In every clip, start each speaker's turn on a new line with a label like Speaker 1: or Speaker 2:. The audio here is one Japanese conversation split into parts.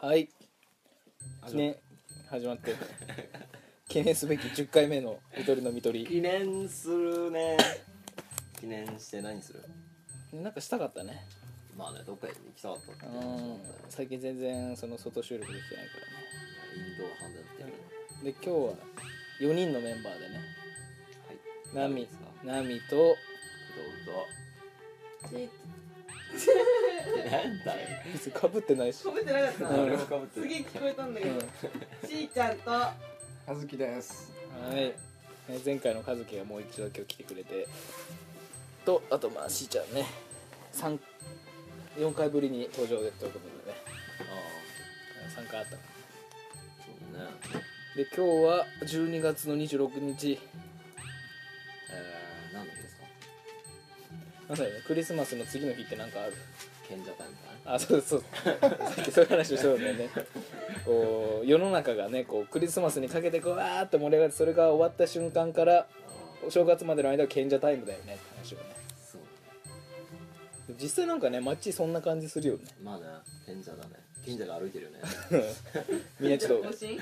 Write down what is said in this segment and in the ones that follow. Speaker 1: はい記念始まってる記念すべき10回目の「ゆとりのみとり
Speaker 2: 記念するね記念して何する」
Speaker 1: なんかしたかったね
Speaker 2: まあねどっかに行きたかったって
Speaker 1: う
Speaker 2: いう話だったよ
Speaker 1: ん
Speaker 2: ね
Speaker 1: 最近全然その外収録できてないか
Speaker 2: インドア派だったよね
Speaker 1: らねで今日は4人のメンバーでね
Speaker 2: はい
Speaker 1: ナ
Speaker 2: 誰
Speaker 1: ミ
Speaker 2: ですか
Speaker 1: ナミと
Speaker 2: うどうどなんだよ
Speaker 1: 別にかぶってないし、
Speaker 3: かぶってなかった
Speaker 2: 俺もかぶって
Speaker 3: すげえ
Speaker 2: る
Speaker 3: 聞こえたんだ
Speaker 1: う
Speaker 3: け
Speaker 1: ん
Speaker 3: どしーちゃんとは
Speaker 4: はずきです。
Speaker 1: はい、ね前回の和樹がもう一度今日来てくれてとあとまあしーちゃんね34回ぶりに登場ということでね
Speaker 2: ああ
Speaker 1: 参加あったの
Speaker 2: そうだね
Speaker 1: で今日は12月の26日
Speaker 2: えー、なんだっけですか
Speaker 1: なんだよねクリスマスの次の日ってなんかある
Speaker 2: 賢者団体
Speaker 1: あそうそうさっきそういう話をしたんだよねこう世の中がねこうクリスマスにかけてこうわーっと盛り上がってそれが終わった瞬間からお正月までの間は賢者タイムだよねって話をね
Speaker 2: そう
Speaker 1: 実際なんかね街そんな感じするよね
Speaker 2: まあね賢者だね賢者が歩いてるよね
Speaker 1: みんなちょっ
Speaker 3: 更新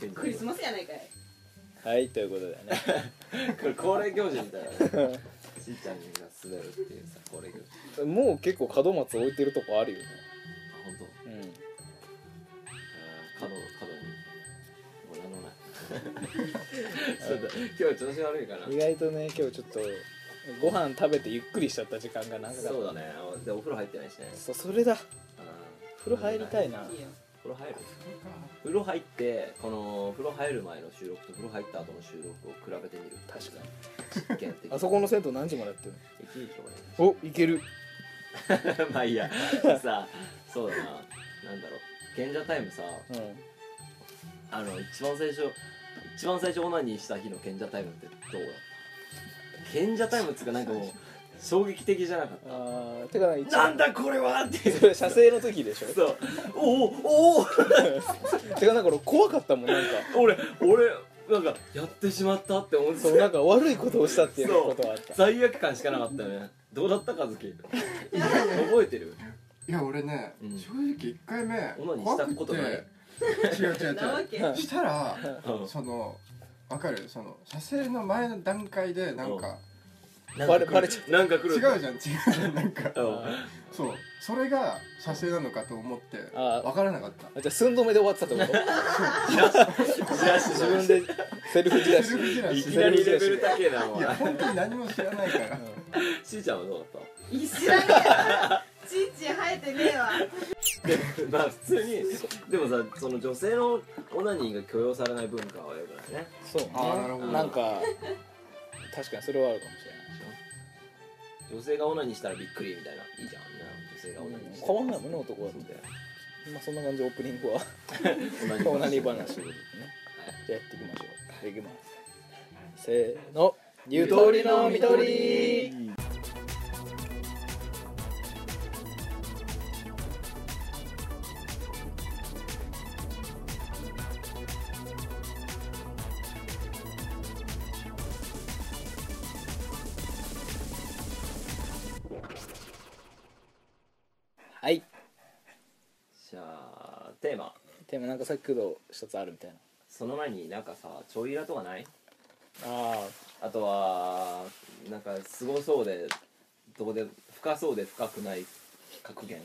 Speaker 2: 賢者
Speaker 3: クリスマスやないかい
Speaker 1: とはいということでね
Speaker 2: これ恒例行事みたいなねしーちゃんが滑るっていうさ恒例行事
Speaker 1: もう結構門松置いてるとこあるよね
Speaker 2: あ本当。
Speaker 1: うん
Speaker 2: 角角にもうなんもない そうだ今日調子悪いかな
Speaker 1: 意外とね今日ちょっとご飯食べてゆっくりしちゃった時間が長かった
Speaker 2: そうだねでお風呂入ってないしね
Speaker 1: そうそれだ
Speaker 2: あー
Speaker 1: 風呂入りたいない
Speaker 3: いよ
Speaker 2: 風呂入る風呂入ってこの風呂入る前の収録と風呂入った後の収録を比べてみる
Speaker 1: 確か
Speaker 2: 実験的
Speaker 1: にあそこの銭湯何時までやってる
Speaker 2: 1時とか
Speaker 1: のおいける
Speaker 2: ね まあいいやさそうだななんだろう賢者タイムさ
Speaker 1: うん
Speaker 2: あの一番最初一番最初オナニーした日の賢者タイムってどうだった賢者タイムっつうかなんかもう衝撃的じゃなかっ
Speaker 1: あーてかな
Speaker 2: たなんだこれはっていう
Speaker 1: それ射精の時でしょ
Speaker 2: そうおおおお
Speaker 1: てかなんか俺怖かったもんなんか
Speaker 2: 俺俺なんかやってしまったって思って
Speaker 1: そうなん
Speaker 2: た
Speaker 1: か悪いことをしたっていうことはあった
Speaker 2: 罪悪感しかなかったよねどうだった和樹覚えてる
Speaker 4: いや俺ね、
Speaker 2: うん
Speaker 4: 正直一回目
Speaker 2: オナニーし
Speaker 4: 怖
Speaker 2: た
Speaker 4: くて
Speaker 2: ことない
Speaker 4: 違う 違う
Speaker 3: なわけ
Speaker 4: 違う。したら
Speaker 2: うん
Speaker 4: そのわかるその射精の前の段階でなんか
Speaker 2: なん
Speaker 1: バ
Speaker 2: か
Speaker 1: レ
Speaker 2: 来
Speaker 1: バレ
Speaker 2: る
Speaker 1: ちゃ
Speaker 2: なんか来
Speaker 4: 違
Speaker 2: る
Speaker 4: うじゃん違うじゃんなんか
Speaker 2: うん
Speaker 4: そうそれが射精なのかと思って
Speaker 1: あー
Speaker 4: わからなかった。
Speaker 1: あじゃあ寸止めで終わってたってこ
Speaker 2: 知らし知ら
Speaker 1: と
Speaker 2: し
Speaker 1: 自分でセルフ自出
Speaker 4: セルフ
Speaker 1: し
Speaker 4: ジラ
Speaker 2: い
Speaker 4: シ
Speaker 2: きなりレベル高えないお
Speaker 4: や
Speaker 2: 前
Speaker 4: 本当に何も知らないから。
Speaker 2: しーちゃんはどうだった
Speaker 3: 一緒だよちんちん生えてねえわ
Speaker 2: まあ普通にでもさその女性のオナニーが許容されない文化はよくないね
Speaker 1: そうね
Speaker 4: あーなるほど
Speaker 1: んか確かにそれはあるかもしれない
Speaker 2: 女性がオナニーしたらびっくりみたいないいじゃんな女性がオナニーしたら
Speaker 1: うん変わんないもんね男は
Speaker 2: そうだよ
Speaker 1: まあそんな感じでオープニングは
Speaker 2: オ
Speaker 1: オ
Speaker 2: ナ
Speaker 1: ナ
Speaker 2: ニ
Speaker 1: ニ
Speaker 2: ー
Speaker 1: ー
Speaker 2: 話
Speaker 1: 話ということでねじゃあやっていきましょういきますせーのゆとりのみとりはい
Speaker 2: じゃあテーマ
Speaker 1: でもなんかさっきの一つあるみたいな
Speaker 2: その前になんかさちょいラとかない
Speaker 1: あ
Speaker 2: あとはなんかすごそうでどこで深そうで深くない格言
Speaker 1: あ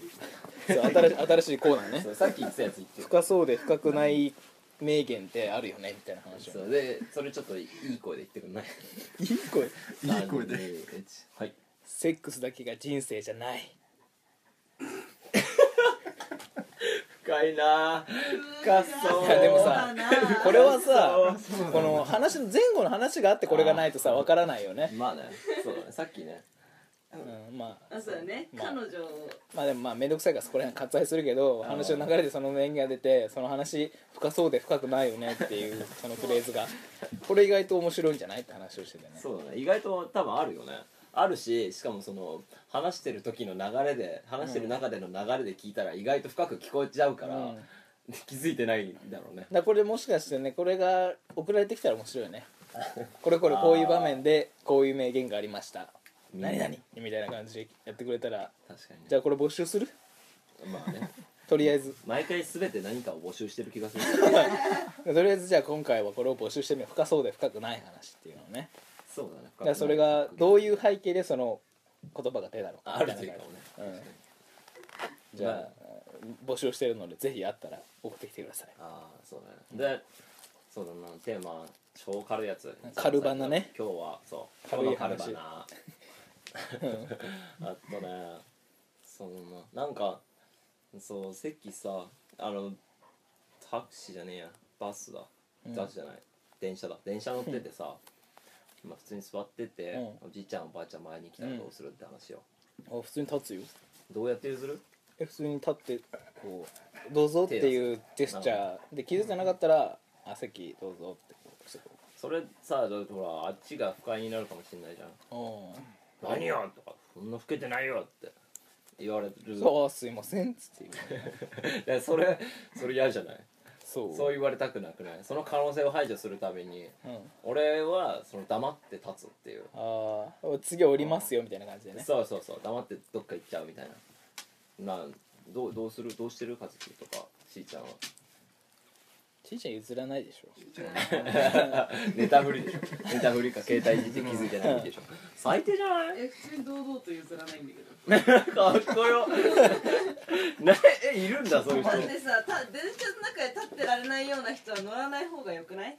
Speaker 1: 新 し新しいコーナーね
Speaker 2: そうさっき言ってたやつ言ってる
Speaker 1: 深そうで深くない名言ってあるよねみたいな話
Speaker 2: そ
Speaker 1: を
Speaker 2: うでそれちょっといい声で言ってくんない
Speaker 1: いい声
Speaker 4: いい声で
Speaker 2: 3 2 1はい
Speaker 1: セックスだけが人生じゃない
Speaker 2: 深いなあ深そう
Speaker 1: いやでもさ これはさ
Speaker 4: そうなんだ
Speaker 1: この話の前後の話があってこれがないとさわからないよね、
Speaker 2: まあねそうだねさっきね
Speaker 1: うん、まあ
Speaker 3: あそうだね
Speaker 1: まあ
Speaker 3: 彼 女を
Speaker 1: まあでもまあ面倒くさいからそこら辺割愛するけど
Speaker 2: あー
Speaker 1: 話の流れでその面が出てその話深そうで深くないよねっていうそのフレーズがこれ意外と面白いんじゃないって話をしててね
Speaker 2: そうだね意外と多分あるよねあるししかもその話してる時の流れで話してる中での流れで聞いたら意外と深く聞こえちゃうから、
Speaker 1: うん
Speaker 2: 気づいてないんだろうね
Speaker 1: だからこれもしかしてねこれが送られてきたら面白いねこれこれこういう場面でこういう名言がありました何々みたいな感じでやってくれたら
Speaker 2: 確かにね
Speaker 1: じゃあこれ募集する
Speaker 2: まあね
Speaker 1: とりあえず
Speaker 2: 毎回全て何かを募集してる気がする
Speaker 1: とりあえずじゃあ今回はこれを募集してみよう深そうで深くない話っていうのをね
Speaker 2: そうだね
Speaker 1: だからそれがどういう背景でその言葉が出たのか
Speaker 2: あるというかもね
Speaker 1: うんじゃあ、募集してるのでぜひあったら送ってきてください
Speaker 2: ああそうだねでそうだなテーマ超軽いやつ
Speaker 1: カルバナね
Speaker 2: 今日はそう
Speaker 1: 軽い
Speaker 2: 今日
Speaker 1: 話
Speaker 2: のカルバナあとねそのななんかそう席さあのタクシーじゃねえやバスだ
Speaker 1: うん
Speaker 2: バスじゃない、電車だ電車乗っててさ今普通に座ってて、おじいちゃんおばあちゃん前に来たらどうするって話よ、
Speaker 1: あ普通に立つよ
Speaker 2: どうやって譲る
Speaker 1: え普通に立ってこう「どうぞ」っていうジェスチャーで気づいてなかったら「あ席どうぞ」ってこうしてこ
Speaker 2: それさだってほらあっちが不快になるかもしれないじゃん
Speaker 1: う
Speaker 2: 「何よ!」とか「そんな老けてないよ!」って言われ
Speaker 1: う
Speaker 2: る
Speaker 1: ん「ああすいません」っつって言う
Speaker 2: でそれそれ嫌じゃない
Speaker 1: そう
Speaker 2: そう言われたくなくないその可能性を排除するために
Speaker 1: うん、
Speaker 2: 俺はその黙って立つっていう
Speaker 1: ああ次降りますよみたいな感じでね
Speaker 2: そうそうそう黙ってどっか行っちゃうみたいななんどうどうするどうしてる和樹とかしーちゃんは
Speaker 1: ちいちゃん譲らないでしょ
Speaker 2: ネタ振りで しょネタ振りか携帯いじって気づいてないでしょ最低じゃない
Speaker 3: え普通に堂々と譲らないんだけど
Speaker 2: かっこ よなえいるんだそういう人
Speaker 3: だってさた電車の中で立ってられないような人は乗らない方がよくない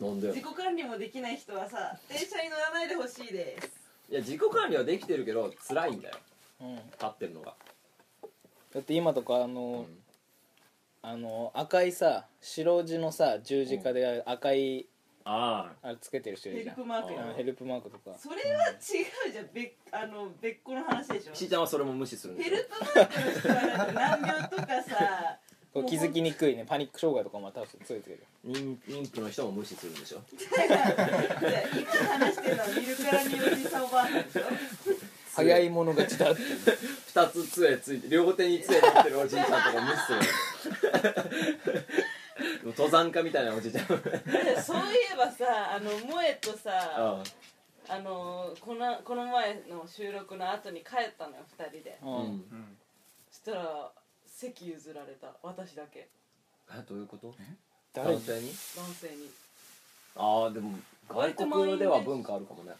Speaker 2: なんでよ
Speaker 3: 自己管理もできない人はさ電車に乗らないでほしいです
Speaker 2: いや自己管理はできてるけど辛いんだよ
Speaker 1: うん、だ
Speaker 2: 立ってるのが、
Speaker 1: って今とかあ
Speaker 2: う
Speaker 1: の、
Speaker 2: ん
Speaker 1: あの赤いさ白地のさ十字架で赤い
Speaker 2: ああ
Speaker 1: あれつけてる人い
Speaker 3: ヘ
Speaker 1: るじ
Speaker 3: ル
Speaker 1: ゃん
Speaker 3: プマ
Speaker 2: あ
Speaker 3: ーク
Speaker 1: うん
Speaker 2: ー
Speaker 3: の
Speaker 1: ヘルプマークとか
Speaker 3: それは違うじゃん別あの別個の話でしょ
Speaker 2: しーちゃんはそれも無視するんで
Speaker 3: ヘ
Speaker 2: しょ
Speaker 3: ルプマークの人はなんか難病とかさ
Speaker 1: こう気づきにくいねパニック障害とかも多分ついてる
Speaker 2: 妊妊婦の人も無視するんでしょ
Speaker 3: 今話してるのは見るからにおじさんおばあさんでしょ
Speaker 1: 早い者勝ちだって
Speaker 2: 二つ杖ついて両手に杖持ってるおじいちゃんとか無視す る登山家みたいなおじいちゃん
Speaker 3: そういえばさあの萌えとさ
Speaker 2: あ
Speaker 3: あのこのこの前の収録の後に帰ったのよ2人で
Speaker 1: う
Speaker 2: あ、うんん、
Speaker 4: うん
Speaker 3: そしたら席譲られた私だけ
Speaker 2: あどういうこと
Speaker 1: 誰
Speaker 2: 男性に
Speaker 3: 男性に
Speaker 2: ああでも外国では文化あるかもね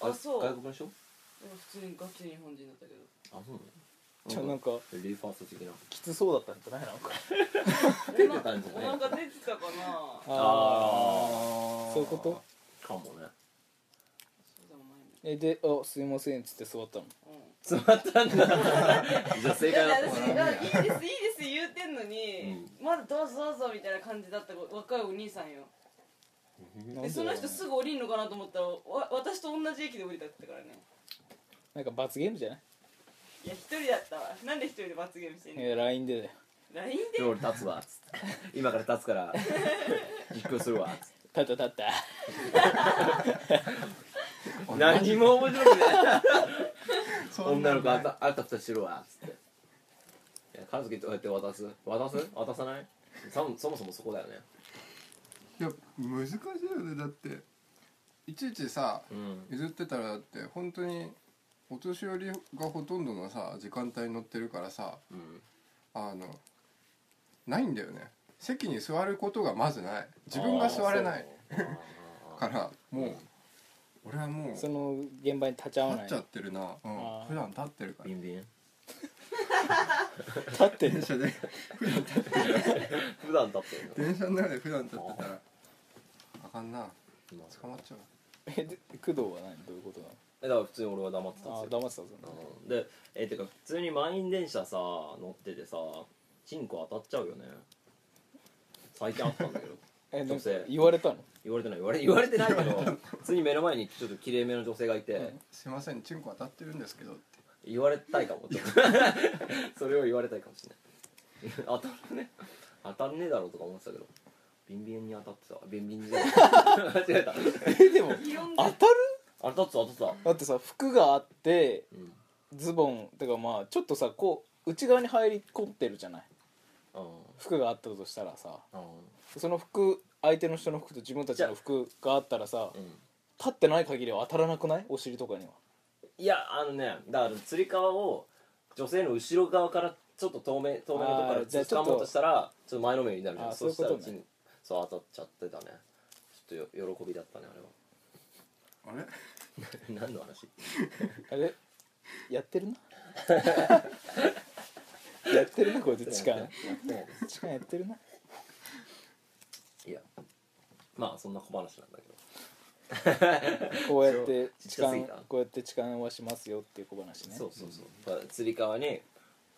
Speaker 3: あそう
Speaker 2: 外国の人
Speaker 3: でも普通にガチ日本人だったけど
Speaker 2: あそう
Speaker 1: じゃあ
Speaker 2: な
Speaker 1: な
Speaker 2: の
Speaker 1: んか
Speaker 2: レディーファースト的な
Speaker 1: きつそうだったんじゃないなんか
Speaker 2: 出てたんじゃない
Speaker 3: お腹出てたかな
Speaker 1: ああそういうこと
Speaker 2: かもね
Speaker 3: そうでもないね
Speaker 1: えで「あすいません」っつって座ったの
Speaker 3: うん
Speaker 2: 詰まったんだ じゃあ正解だった
Speaker 3: 私
Speaker 2: かな
Speaker 3: が「いいですいいです」言うてんのに、
Speaker 2: う
Speaker 3: まだどうぞどうぞみたいな感じだった若いお兄さんよでその人すぐ降りんのかなと思ったらわ私と同じ駅で降りたって言ったからね
Speaker 1: なんか罰ゲームじゃない
Speaker 3: いや一人だったわなんで一人で罰ゲームしてんの
Speaker 1: え LINE でだよ
Speaker 3: LINE
Speaker 2: で
Speaker 3: で
Speaker 2: 俺立つわつって今から立つ から実況するわつ
Speaker 1: 「
Speaker 2: って
Speaker 1: たったたった」
Speaker 2: 何も面白くない
Speaker 4: そんな
Speaker 2: 女の子あ
Speaker 4: ない
Speaker 2: たあたふたしてるわっつっていや和樹どうやって渡す渡す渡さないそもそもそもそこだよね
Speaker 4: いや難しいよねだっていちいちさ
Speaker 2: うん
Speaker 4: 譲ってたらだって本当にお年寄りがほとんどのさ時間帯に乗ってるからさ
Speaker 2: うん
Speaker 4: あのないんだよね席に座ることがまずない自分が座れない
Speaker 2: あーそうあー
Speaker 4: か
Speaker 2: あー
Speaker 4: らもう、
Speaker 2: うん
Speaker 4: 俺はもう
Speaker 1: そ
Speaker 4: 立っ
Speaker 1: の現場に立ち会わない
Speaker 4: ちゃってるな、うん
Speaker 1: あー
Speaker 4: 普段立ってるから
Speaker 2: ビンビン
Speaker 1: 立って
Speaker 4: 電
Speaker 1: る
Speaker 4: 車で普段立って
Speaker 2: 普段立ってるの
Speaker 4: 電車の中で普段立ってたらあかんな
Speaker 2: まあ
Speaker 4: 捕まっちゃう
Speaker 1: えで工藤は何どういうことな
Speaker 2: えだから普通に俺は黙ってたんです
Speaker 1: のあ
Speaker 2: よ
Speaker 1: 黙ってたぞ
Speaker 2: うんでえてか普通に満員電車さ乗っててさチンコ当たっちゃうよね最近あったんだけど
Speaker 1: えなん
Speaker 2: 女
Speaker 1: か
Speaker 2: 性
Speaker 1: 言われたの
Speaker 2: 言われてない言われ言われてないけど普通に目の前にちょっときれいめの女性がいて、
Speaker 1: うん
Speaker 4: 「すいませんチンコ当たってるんですけど」って
Speaker 2: 言われたいかもちょっと それを言われたいかもしれない当たるね当たんねえだろうとか思ってたけどビンビンに当たってたビンビンに 間違えた
Speaker 1: えでも
Speaker 3: 気温
Speaker 1: 当
Speaker 3: が
Speaker 1: たる
Speaker 2: 当たってた当たってた
Speaker 1: だってさ服があって
Speaker 2: うん
Speaker 1: ズボンてかまあちょっとさこう内側に入り込んでるじゃない
Speaker 2: あ
Speaker 1: 服があったとしたらさ
Speaker 2: あ
Speaker 1: その服相手の人の服と自分たちの服があったらさ
Speaker 2: うん
Speaker 1: 立ってない限りは当たらなくないお尻とかにはい
Speaker 2: やあのねだからつり革を女性の後ろ側からちょっと透明透明のとこか
Speaker 1: あ
Speaker 2: ら
Speaker 1: ーじゃあ
Speaker 2: 掴もうとしたらちょっと前のめりになるじゃ
Speaker 1: あ
Speaker 2: ん
Speaker 1: ーそういう
Speaker 2: したら
Speaker 1: ことね
Speaker 2: ちそう当たっちゃってたねちょっとよ喜びだったねあ
Speaker 4: あれ
Speaker 2: れは 何の話
Speaker 1: あれやってる なやってるなこいつ痴漢痴漢やってるない
Speaker 2: やまあそんな小話なんだけど
Speaker 1: こうやって痴漢
Speaker 2: そうちっちゃすぎた
Speaker 1: こうやって痴漢はしますよっていう小話ね
Speaker 2: そうそうそう、やっぱつり革に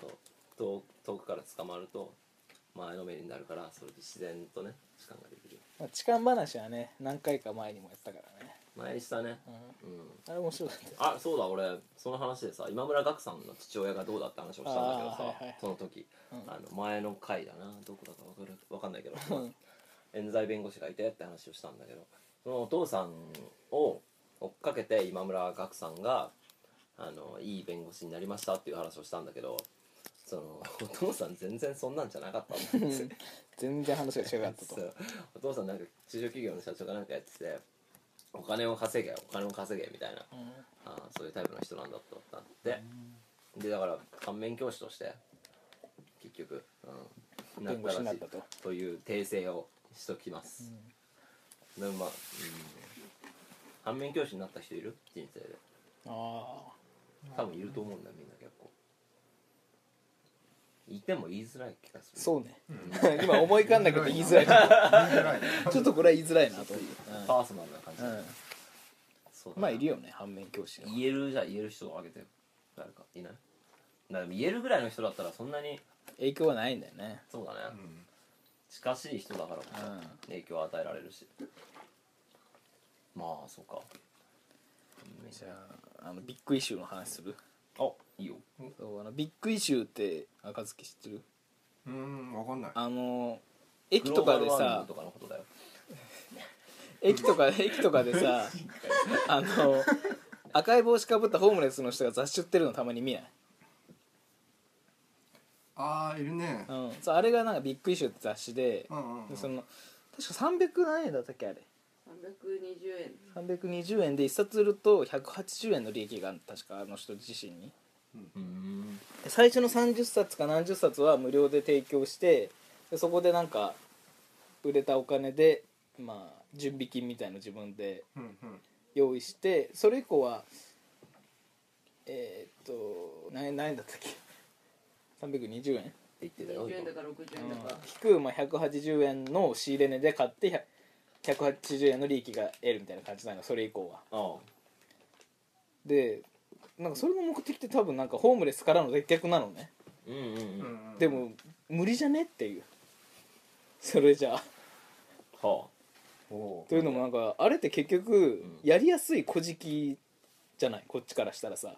Speaker 2: こう遠遠くから捕まると前のめりになるからそれで自然とね時間ができる
Speaker 1: まあ、痴漢話はね何回か前にもやったからね、
Speaker 2: 前にしたね
Speaker 1: うん、
Speaker 2: うん
Speaker 1: あれ面白かったよ
Speaker 2: あそうだ俺その話でさ今村岳さんの父親がどうだって話をしたんだけどさ、
Speaker 1: あーはいはい
Speaker 2: その時、
Speaker 1: うん
Speaker 2: あの前の回だなどこだか分かるわかんないけど
Speaker 1: うん
Speaker 2: 冤罪弁護士がいてって話をしたんだけどそのお父さんを追っかけて今村岳さんがあのいい弁護士になりましたっていう話をしたんだけどそのお父さん全然そんなんじゃなかったんだって
Speaker 1: 全然話が違かったと
Speaker 2: そうお父さんなんか中小企業の社長かなんかやっててお金を稼げお金を稼げみたいな
Speaker 1: う
Speaker 2: あーそういうタイプの人なんだとだってでだから反面教師として結局、うんん、
Speaker 1: 弁護士にな
Speaker 2: ら
Speaker 1: っ
Speaker 2: しい
Speaker 1: たと
Speaker 2: という訂正をしときます、でもまあ、うん反面教師になった人いる人生で
Speaker 1: あ
Speaker 2: 多分いると思うんだよみんな結構いても言いづらい気がす
Speaker 1: あ
Speaker 2: る
Speaker 1: そうね 今思い浮かんだけど言いづらいな
Speaker 4: 見えないね
Speaker 1: ちょっとこれは言いづらいなと思
Speaker 2: パーソナルな感じ、
Speaker 1: う、
Speaker 2: そう
Speaker 1: う
Speaker 2: だ
Speaker 1: ん、
Speaker 2: な
Speaker 1: まあいるよね反面教師は
Speaker 2: 言えるじゃあ言える人をあげてよ誰かいないだから言えるぐらいの人だったらそんなに
Speaker 1: 影響はないんだよね
Speaker 2: そうだね、
Speaker 4: うん
Speaker 2: 近しい人だからこそ
Speaker 1: うん
Speaker 2: 影響を与えられるしまあそうかうん
Speaker 1: じゃああのビッグイシューの話する
Speaker 2: あいいよ
Speaker 1: そうあのビッグイシューって赤月知ってる
Speaker 4: うーんわかんない
Speaker 1: あの駅とかで
Speaker 2: グローバルワー
Speaker 1: さ
Speaker 2: ルドとかのことだよ
Speaker 1: 駅とか 駅とかでさあの赤い帽子かぶったホームレスの人が雑誌売ってるのたまに見ない、
Speaker 4: あーいるね
Speaker 1: うん、そうあれがなんかビッグイシューって雑誌で
Speaker 4: う,、んうんうん
Speaker 1: でその確か300何円だったっけあれ
Speaker 3: 320円
Speaker 1: 320円で1冊売ると180円の利益がある確かあの人自身に
Speaker 2: うん
Speaker 1: で最初の30冊か何十冊は無料で提供してでそこでなんか売れたお金でまあ準備金みたいの自分で
Speaker 4: うんうん
Speaker 1: 用意してそれ以降はえーっと何円何円だったっけ320円
Speaker 2: って言ってたよ
Speaker 3: 20円だか60円だか
Speaker 1: 引く、まあ、180円の仕入れ値で買って100 180円の利益が得るみたいな感じなのそれ以降は
Speaker 2: あ
Speaker 1: でなんかそれの目的って多分なんかホームレスからの接客なのね
Speaker 2: うんうんう
Speaker 4: う
Speaker 2: ん
Speaker 4: んうん
Speaker 1: で も無理じゃねっていうそれじゃあ
Speaker 2: は
Speaker 4: お
Speaker 1: というのもなんかあれって結局
Speaker 2: ん
Speaker 1: やりやすい小じじゃないこっちからしたらさ
Speaker 2: あ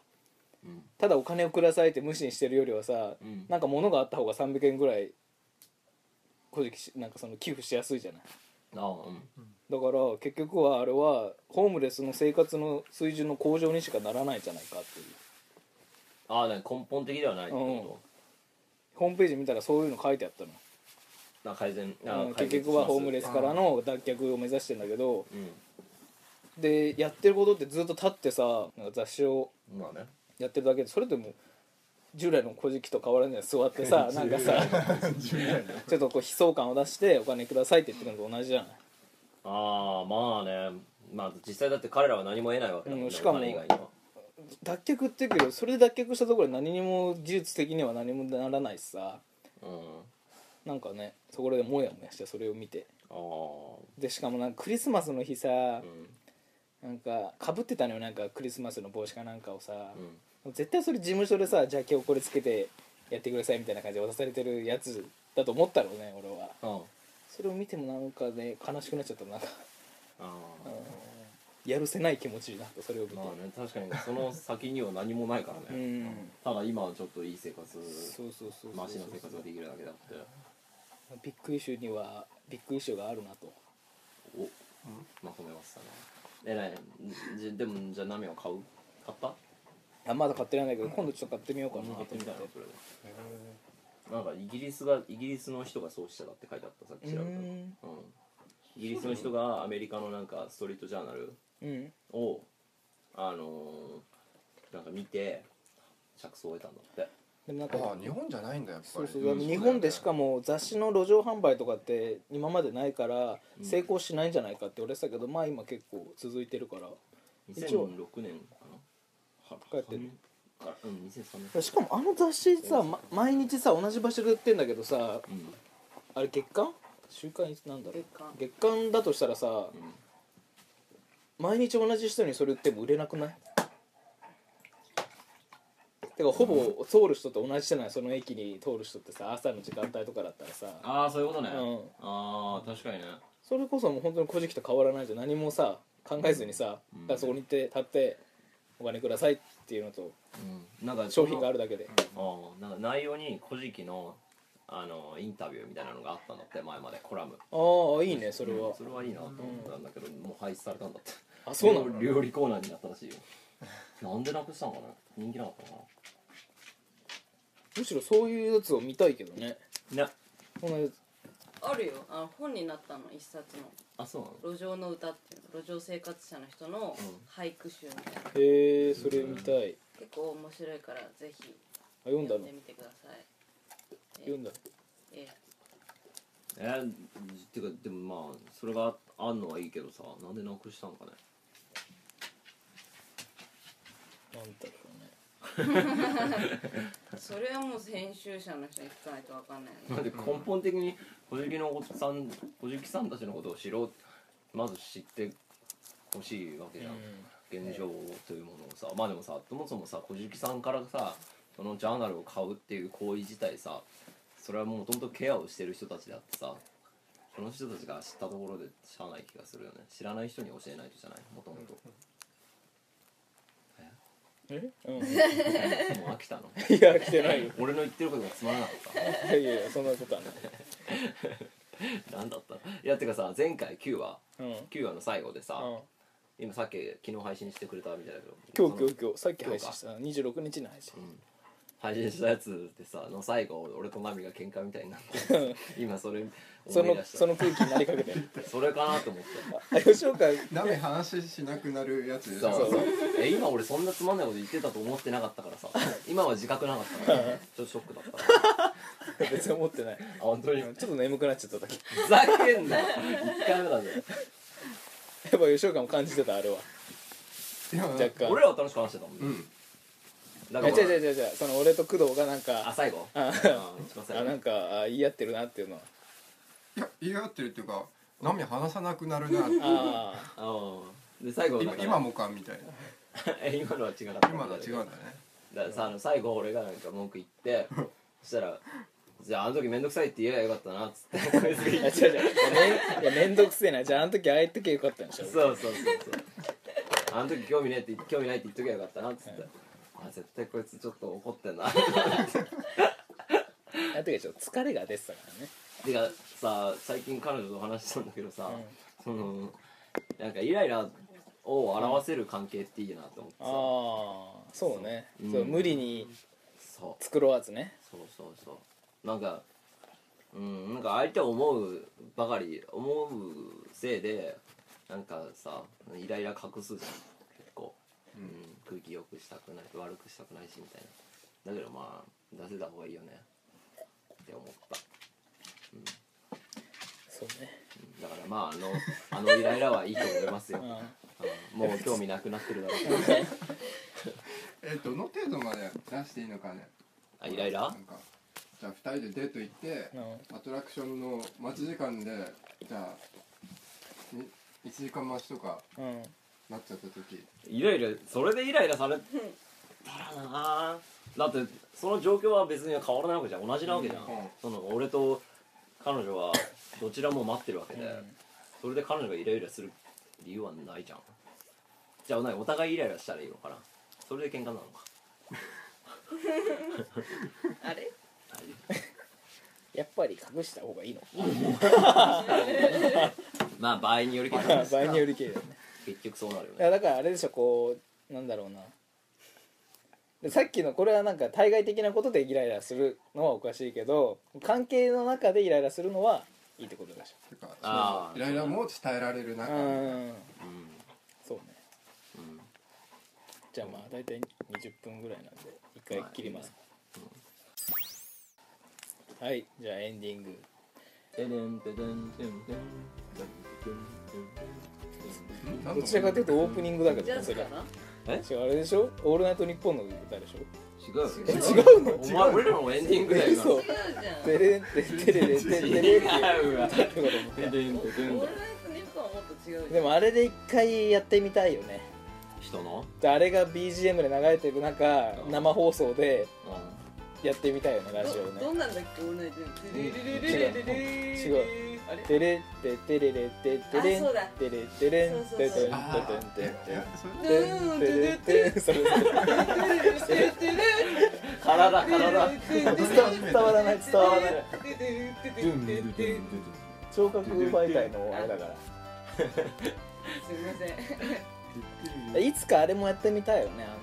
Speaker 2: うん
Speaker 1: ただお金をくださいって無視にしてるよりはさ、
Speaker 2: うん
Speaker 1: なんか物があった方が300円ぐらい小じしなんかその寄付しやすいじゃない
Speaker 2: ああうん
Speaker 1: だから結局はあれはホームレスの生活の水準の向上にしかならないじゃないかっていう
Speaker 2: ああなんか根本的ではないってこ
Speaker 1: ホームページ見たらそういうの書いてあったの
Speaker 2: とな改善
Speaker 1: あの
Speaker 2: あ改
Speaker 1: 結
Speaker 2: 善
Speaker 1: 局はホームレ
Speaker 2: し
Speaker 1: スからの脱却を目指してんだけど
Speaker 2: ます
Speaker 1: でやってることってずっと立ってさなんか雑誌を
Speaker 2: うんまあね
Speaker 1: やってるだけでそれでも従来の小じと変わらない座ってさなんかさちょっとこう悲壮感を出してお金くださいって言ってるのと同じじゃない
Speaker 2: ああまあねまあ実際だって彼らは何も得ないわけだもん
Speaker 1: う
Speaker 2: ね
Speaker 1: んしかも
Speaker 2: お金以外には
Speaker 1: 脱却って言うけどそれで脱却したところで何にも技術的には何もならないしさ
Speaker 2: うん
Speaker 1: なんかねそこでモヤモヤしてそれを見て
Speaker 2: ああ
Speaker 1: でしかもなんかクリスマスの日さ
Speaker 2: うん
Speaker 1: なんかかぶってたのよなんかクリスマスの帽子かなんかをさ、
Speaker 2: うん
Speaker 1: 絶対それ事務所でさじゃあ今日これつけてやってくださいみたいな感じで渡されてるやつだと思ったろうね俺は
Speaker 2: あ
Speaker 1: それを見てもなんかね悲しくなっちゃったなんか
Speaker 2: あああ
Speaker 1: やるせない気持ちになったそれを見て、
Speaker 2: まあね確かにその先には何もないから
Speaker 1: う
Speaker 2: ね、
Speaker 1: ん
Speaker 2: ただ今はちょっといい生活
Speaker 1: そうそうそうそう
Speaker 2: マシな生活ができるだけだって
Speaker 1: ビッグイシューにはビッグイシューがあるなと
Speaker 2: おまとめましたねえらいじでもじゃあ波を買う買った
Speaker 1: あまだ買ってないんだけど今度ちょっと買ってみようかな
Speaker 2: 買ってみたいな
Speaker 1: と
Speaker 2: それでなんかイギリスがイギリスの人がそうしただって書いてあったさっき調べたら
Speaker 1: う
Speaker 2: うんんイギリスの人がアメリカのなんかストリートジャーナル
Speaker 1: うん
Speaker 2: をあのーなんか見て着想を得たんだって
Speaker 1: でもなんか
Speaker 4: ああ日本じゃないんだやっぱり
Speaker 1: そうそう
Speaker 2: うん
Speaker 1: 日本でしかも雑誌の路上販売とかって今までないから
Speaker 2: うん
Speaker 1: 成功しないんじゃないかって言われてたけど、まあ今結構続いてるから一応
Speaker 2: 2006年かな
Speaker 1: こうやってね
Speaker 2: はうん2003年
Speaker 1: しかもあの雑誌さ、ま毎日さ同じ場所で売ってんだけどさ
Speaker 2: うん
Speaker 1: あれ月刊週刊なんだろう
Speaker 3: 月刊
Speaker 1: 月刊だとしたらさ
Speaker 2: うん
Speaker 1: 毎日同じ人にそれ売っても売れなくないてかほぼ通る人と同じじゃないその駅に通る人ってさ朝の時間帯とかだったらさ
Speaker 2: ああそういうことね、
Speaker 1: うん
Speaker 2: ああ確かにね
Speaker 1: それこそもう本当に古事記と変わらないじゃん何もさ考えずにさ、
Speaker 2: うん
Speaker 1: だからそこに行って立ってお金くださいっていうのと
Speaker 2: うんなんか
Speaker 1: 商品があ
Speaker 2: る
Speaker 1: るだけで
Speaker 2: ああなんか内容に「古事記の」あのインタビューみたいなのがあったんだって前までコラム
Speaker 1: ああいいねそれは、
Speaker 2: それはいいなと思ったんだけど、もう廃止されたんだって
Speaker 1: あそうなの
Speaker 2: 料料理コーナーになったらしいよなんでなくしたのかな人気なかったのか
Speaker 1: むしろそういうやつを見たいけどね
Speaker 2: なね
Speaker 1: こんなやつ
Speaker 3: あるよあの本になったの一冊の
Speaker 2: あそうなの
Speaker 3: 「路上の歌」っていう路上生活者の人の
Speaker 2: うん
Speaker 3: 俳句集みたいな
Speaker 1: へえそれ見たい
Speaker 3: 結構面白いからぜひ
Speaker 1: あ読んだ
Speaker 3: 読ん
Speaker 1: の
Speaker 3: でみてください
Speaker 1: 読んだ
Speaker 3: え
Speaker 2: えー、てかでもまあそれがあんのはいいけどさなんでなくしたんかね
Speaker 1: なんだろうね
Speaker 3: えそれはもう編集者の人に聞かないとわかんないよね
Speaker 2: だって根本的に小じきのおじさん小じきさんたちのことを知ろうまず知ってほしいわけじゃん、現状というものをさまあでもさそもそもさ小じきさんからさそのジャーナルを買うっていう行為自体さそれはもともとケアをしてる人たちであってさその人たちが知ったところで知らない気がするよね知らない人に教えないとじゃないもともと
Speaker 1: え、うん、
Speaker 2: もう飽きたの
Speaker 1: いや来てないよ
Speaker 2: 俺の言ってることがつまらなかった
Speaker 1: いやいやいやそんなことはない、
Speaker 2: なんだったのいやてかさ前回9話
Speaker 1: うん
Speaker 2: 9話の最後でさ、
Speaker 1: うん、
Speaker 2: 今さっき昨日配信してくれたみたいだけど
Speaker 1: 今日今
Speaker 2: その
Speaker 1: 日今日さっき配信した26日の配信
Speaker 2: うん配信したやつでさの最後俺とナミが喧嘩みたいになって今それ
Speaker 1: そ
Speaker 2: 思い
Speaker 1: の
Speaker 2: 出した
Speaker 1: その空気になりかけ て
Speaker 2: それかなと思って
Speaker 1: あ吉岡
Speaker 4: ダメ話しなくなるやつでし
Speaker 2: そう
Speaker 1: そ
Speaker 2: そううえ今俺そんなつまんないこと言ってたと思ってなかったからさ今は自覚なかったからちょっとショックだったあ
Speaker 1: 別に思ってない
Speaker 2: 本当に
Speaker 1: ちょっと眠くなっちゃった時
Speaker 2: ふざけんな1回目だぜ
Speaker 1: やっぱ吉岡も感じてたあれは
Speaker 4: でも
Speaker 1: 若干
Speaker 2: 俺らは楽しく話してたもんね、
Speaker 4: うん
Speaker 2: だ
Speaker 1: いや違う
Speaker 2: から
Speaker 1: 違う違う違うその俺と工藤がなん
Speaker 2: あ
Speaker 1: か
Speaker 2: 最後
Speaker 1: あ
Speaker 2: あ一番最
Speaker 1: あ
Speaker 2: 後
Speaker 1: なんかあ言い合ってるなっていうのはい
Speaker 4: や言い合ってるっていうかナミ話さなくなるなって
Speaker 1: あ
Speaker 2: あーで最後だ
Speaker 4: 今
Speaker 2: から
Speaker 4: 今もかみたい
Speaker 2: え今のは違かった
Speaker 4: な今のは違うんだね
Speaker 2: だからさあの最後俺がなんか文句言ってそしたら「じゃああの時めんどくさいって言えばよかったな」っつってこいつが
Speaker 1: あ
Speaker 2: 言
Speaker 1: 違う
Speaker 2: っ
Speaker 1: 違ういやめんいやめんどくせえなじゃああの時ああ言っときゃよかったんでしょ
Speaker 2: そうそうそうそう あの時興味ねえって言興味ないって言っときゃよかったなっつって、あ絶対こいつちょっと怒ってん な
Speaker 1: あの時はちょっと疲れが出てたからね
Speaker 2: てかさ最近彼女と話したんだけどさ、
Speaker 1: うん
Speaker 2: そのなんかイライラを表せる関係っていいなと思ってさ、
Speaker 1: ああそうね
Speaker 2: うん
Speaker 1: そう無理に
Speaker 2: そう
Speaker 1: 作ろわずね
Speaker 2: そうそうそうなんかうんなんか相手を思うばかり思うせいでなんかさイライラ隠すじゃん結構、うん空気良くしたくない悪くしたくないしみたいなだけどまあ出せた方がいいよねって思った、
Speaker 1: そうね
Speaker 2: うんだからまああのあのイライラはいいと思いますよ、
Speaker 1: うん
Speaker 2: うんもう興味なくなってるだろうけど
Speaker 4: えどの程度まで出していいのかね
Speaker 2: あイライ
Speaker 4: な
Speaker 2: ラ
Speaker 4: んかじゃあ2人でデート行って
Speaker 1: う
Speaker 4: アトラクションの待ち時間でじゃあに1時間待ちとか
Speaker 1: んうん
Speaker 4: なっちゃった時
Speaker 2: イライラそれでイライラされたらなあだってその状況は別に変わらないわけじゃん同じなわけじゃん、
Speaker 4: うんうん
Speaker 2: その俺と彼女はどちらも待ってるわけで、
Speaker 1: うん
Speaker 2: それで彼女がイライラする理由はないじゃんじゃあないお互いイライラしたらいいのかなそれで喧嘩なのか
Speaker 3: あれ
Speaker 1: やっぱり隠した方がいいの
Speaker 2: まあ場合によりけど
Speaker 1: か 場合によりけりだね
Speaker 2: 結局そうなるよ
Speaker 1: いや
Speaker 2: ね
Speaker 1: だからあれでしょこうなんだろうなでさっきのこれはなんか対外的なことでイライラするのはおかしいけど関係の中でイライラするのはいいってことでして
Speaker 4: か
Speaker 2: あー
Speaker 4: そうイライラも伝えられる
Speaker 1: ょう
Speaker 4: 中
Speaker 1: ん
Speaker 2: う
Speaker 1: そうね
Speaker 2: ん、うん
Speaker 1: じゃあまあ大体20分ぐらいなんで一回切ります、はいじゃあエンディング
Speaker 4: 何
Speaker 1: どちらかというとオープニングだけ
Speaker 3: ジャ
Speaker 1: ど
Speaker 3: ズ
Speaker 1: そ
Speaker 3: か
Speaker 1: れ
Speaker 3: な
Speaker 1: 違うあれでしょ「オールナイトニッポン」の歌でしょ
Speaker 2: 違うよ
Speaker 1: え
Speaker 3: 違
Speaker 1: 違うの
Speaker 2: お前俺らのエンディングだよ今
Speaker 1: 嘘
Speaker 3: 違うじゃん
Speaker 1: テレンテテレレテレレって
Speaker 2: 違うわ
Speaker 1: こと思った
Speaker 3: オールナイトニッポンはもっと違うじ
Speaker 1: で
Speaker 3: ゃん
Speaker 1: もあれで一回やってみたいよね
Speaker 2: 人の
Speaker 1: であれが BGM で流れてる中生放送でやってみたいよねラジオ
Speaker 3: どど
Speaker 1: ね
Speaker 3: んなんだっけオールナイトニッポンテレレレレレレレ
Speaker 1: 違う違
Speaker 3: あれ
Speaker 1: テレテテレレテテレン
Speaker 3: あそうだ
Speaker 1: テレテレン
Speaker 3: そう
Speaker 1: テテ
Speaker 3: そうそう
Speaker 1: ン
Speaker 4: あ
Speaker 1: テ
Speaker 4: ー
Speaker 1: テン
Speaker 4: いやそれ
Speaker 1: テテンテレテンそれそれ
Speaker 2: 体体
Speaker 1: 伝わらない伝わらない聴覚媒体のあれだか
Speaker 3: すみません
Speaker 1: らいつかあれもやってみたいよねあの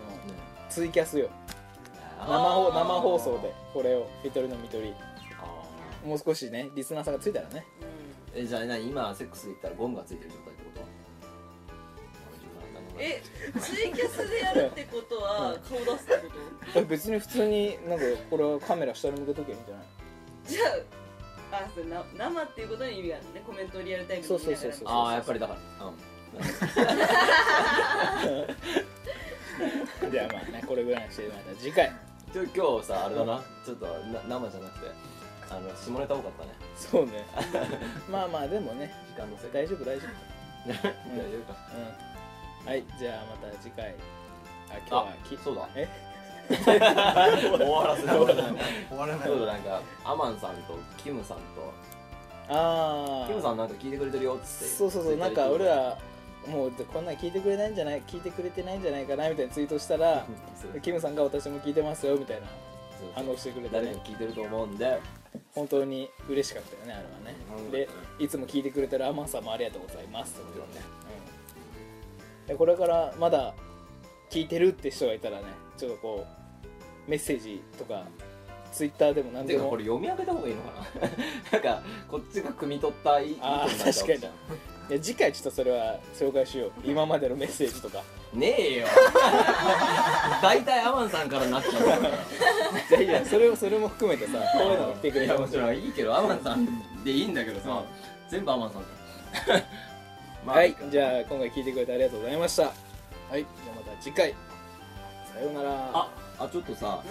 Speaker 1: ツイキャスよ生放生放送でこれを「一人のみとり
Speaker 2: あ」
Speaker 1: もう少しねリスナーさんがついたらね
Speaker 2: ーえじゃあ何今セックスで言ったらゴムがついてる状態ってこと
Speaker 3: えツイキャスでやるってことは顔出すってこと
Speaker 1: え別に普通になんかこれはカメラ下に向けとけみたいな
Speaker 3: じゃああそうな生っていうことに意味があるねコメントをリアルタイムに見ながら
Speaker 1: そうそうそう
Speaker 2: ああやっぱりだから うん
Speaker 1: じゃあまあねこれぐらいにしてまた次回
Speaker 2: 今日今日さあれだなちょっとな生じゃなくてあの下ネタ多かったね
Speaker 1: そうねまあまあでもね
Speaker 2: 時間のせい
Speaker 1: 大丈夫大丈
Speaker 2: 大丈夫か
Speaker 1: 夫うんはいじゃあまた次回あ今日はき
Speaker 2: あそうだ
Speaker 1: え
Speaker 2: 終わらせない 終わらない
Speaker 4: 終わらない
Speaker 2: そうだなんかアマンさんとキムさんと
Speaker 1: ああ
Speaker 2: キムさんなんか聞いてくれてるよっつって
Speaker 1: そうそうそうなんか俺らもうこんなん聞いてくれないんじゃない聞いてくれてないんじゃないかなみたいなツイートしたら
Speaker 2: そうそう
Speaker 1: キムさんが私も聞いてますよみたいな
Speaker 2: そう
Speaker 1: 反応してくれて
Speaker 2: 誰
Speaker 1: ね
Speaker 2: も聞いてると思うんで
Speaker 1: 本当に嬉しかったよねあれはねでいつも聞いてくれてるアマンさんもありがとうございますってことだねうんでこれからまだ聞いてるって人がいたらねちょっとこうメッセージとかツイッターでも何
Speaker 2: て
Speaker 1: で
Speaker 2: か
Speaker 1: も
Speaker 2: これ読み上げた方がいいのかな なんかこっちが汲み取ったいい
Speaker 1: あー
Speaker 2: 意見になっちゃう
Speaker 1: 確かいや次回ちょっとそれは紹介しよう今までのメッセージとか
Speaker 2: ねえよ大体アマンさんからなっちゃうから
Speaker 1: いやいやそれをそれも含めてさ こういうの来てくれ
Speaker 2: い
Speaker 1: た
Speaker 2: や
Speaker 1: ら
Speaker 2: もちろんいいけどアマンさんでいいんだけどさ全部アマンさんだまあ
Speaker 1: はいじゃあ今回聞いてくれてありがとうございましたはいじゃあまた次回さようなら
Speaker 2: ああちょっとさ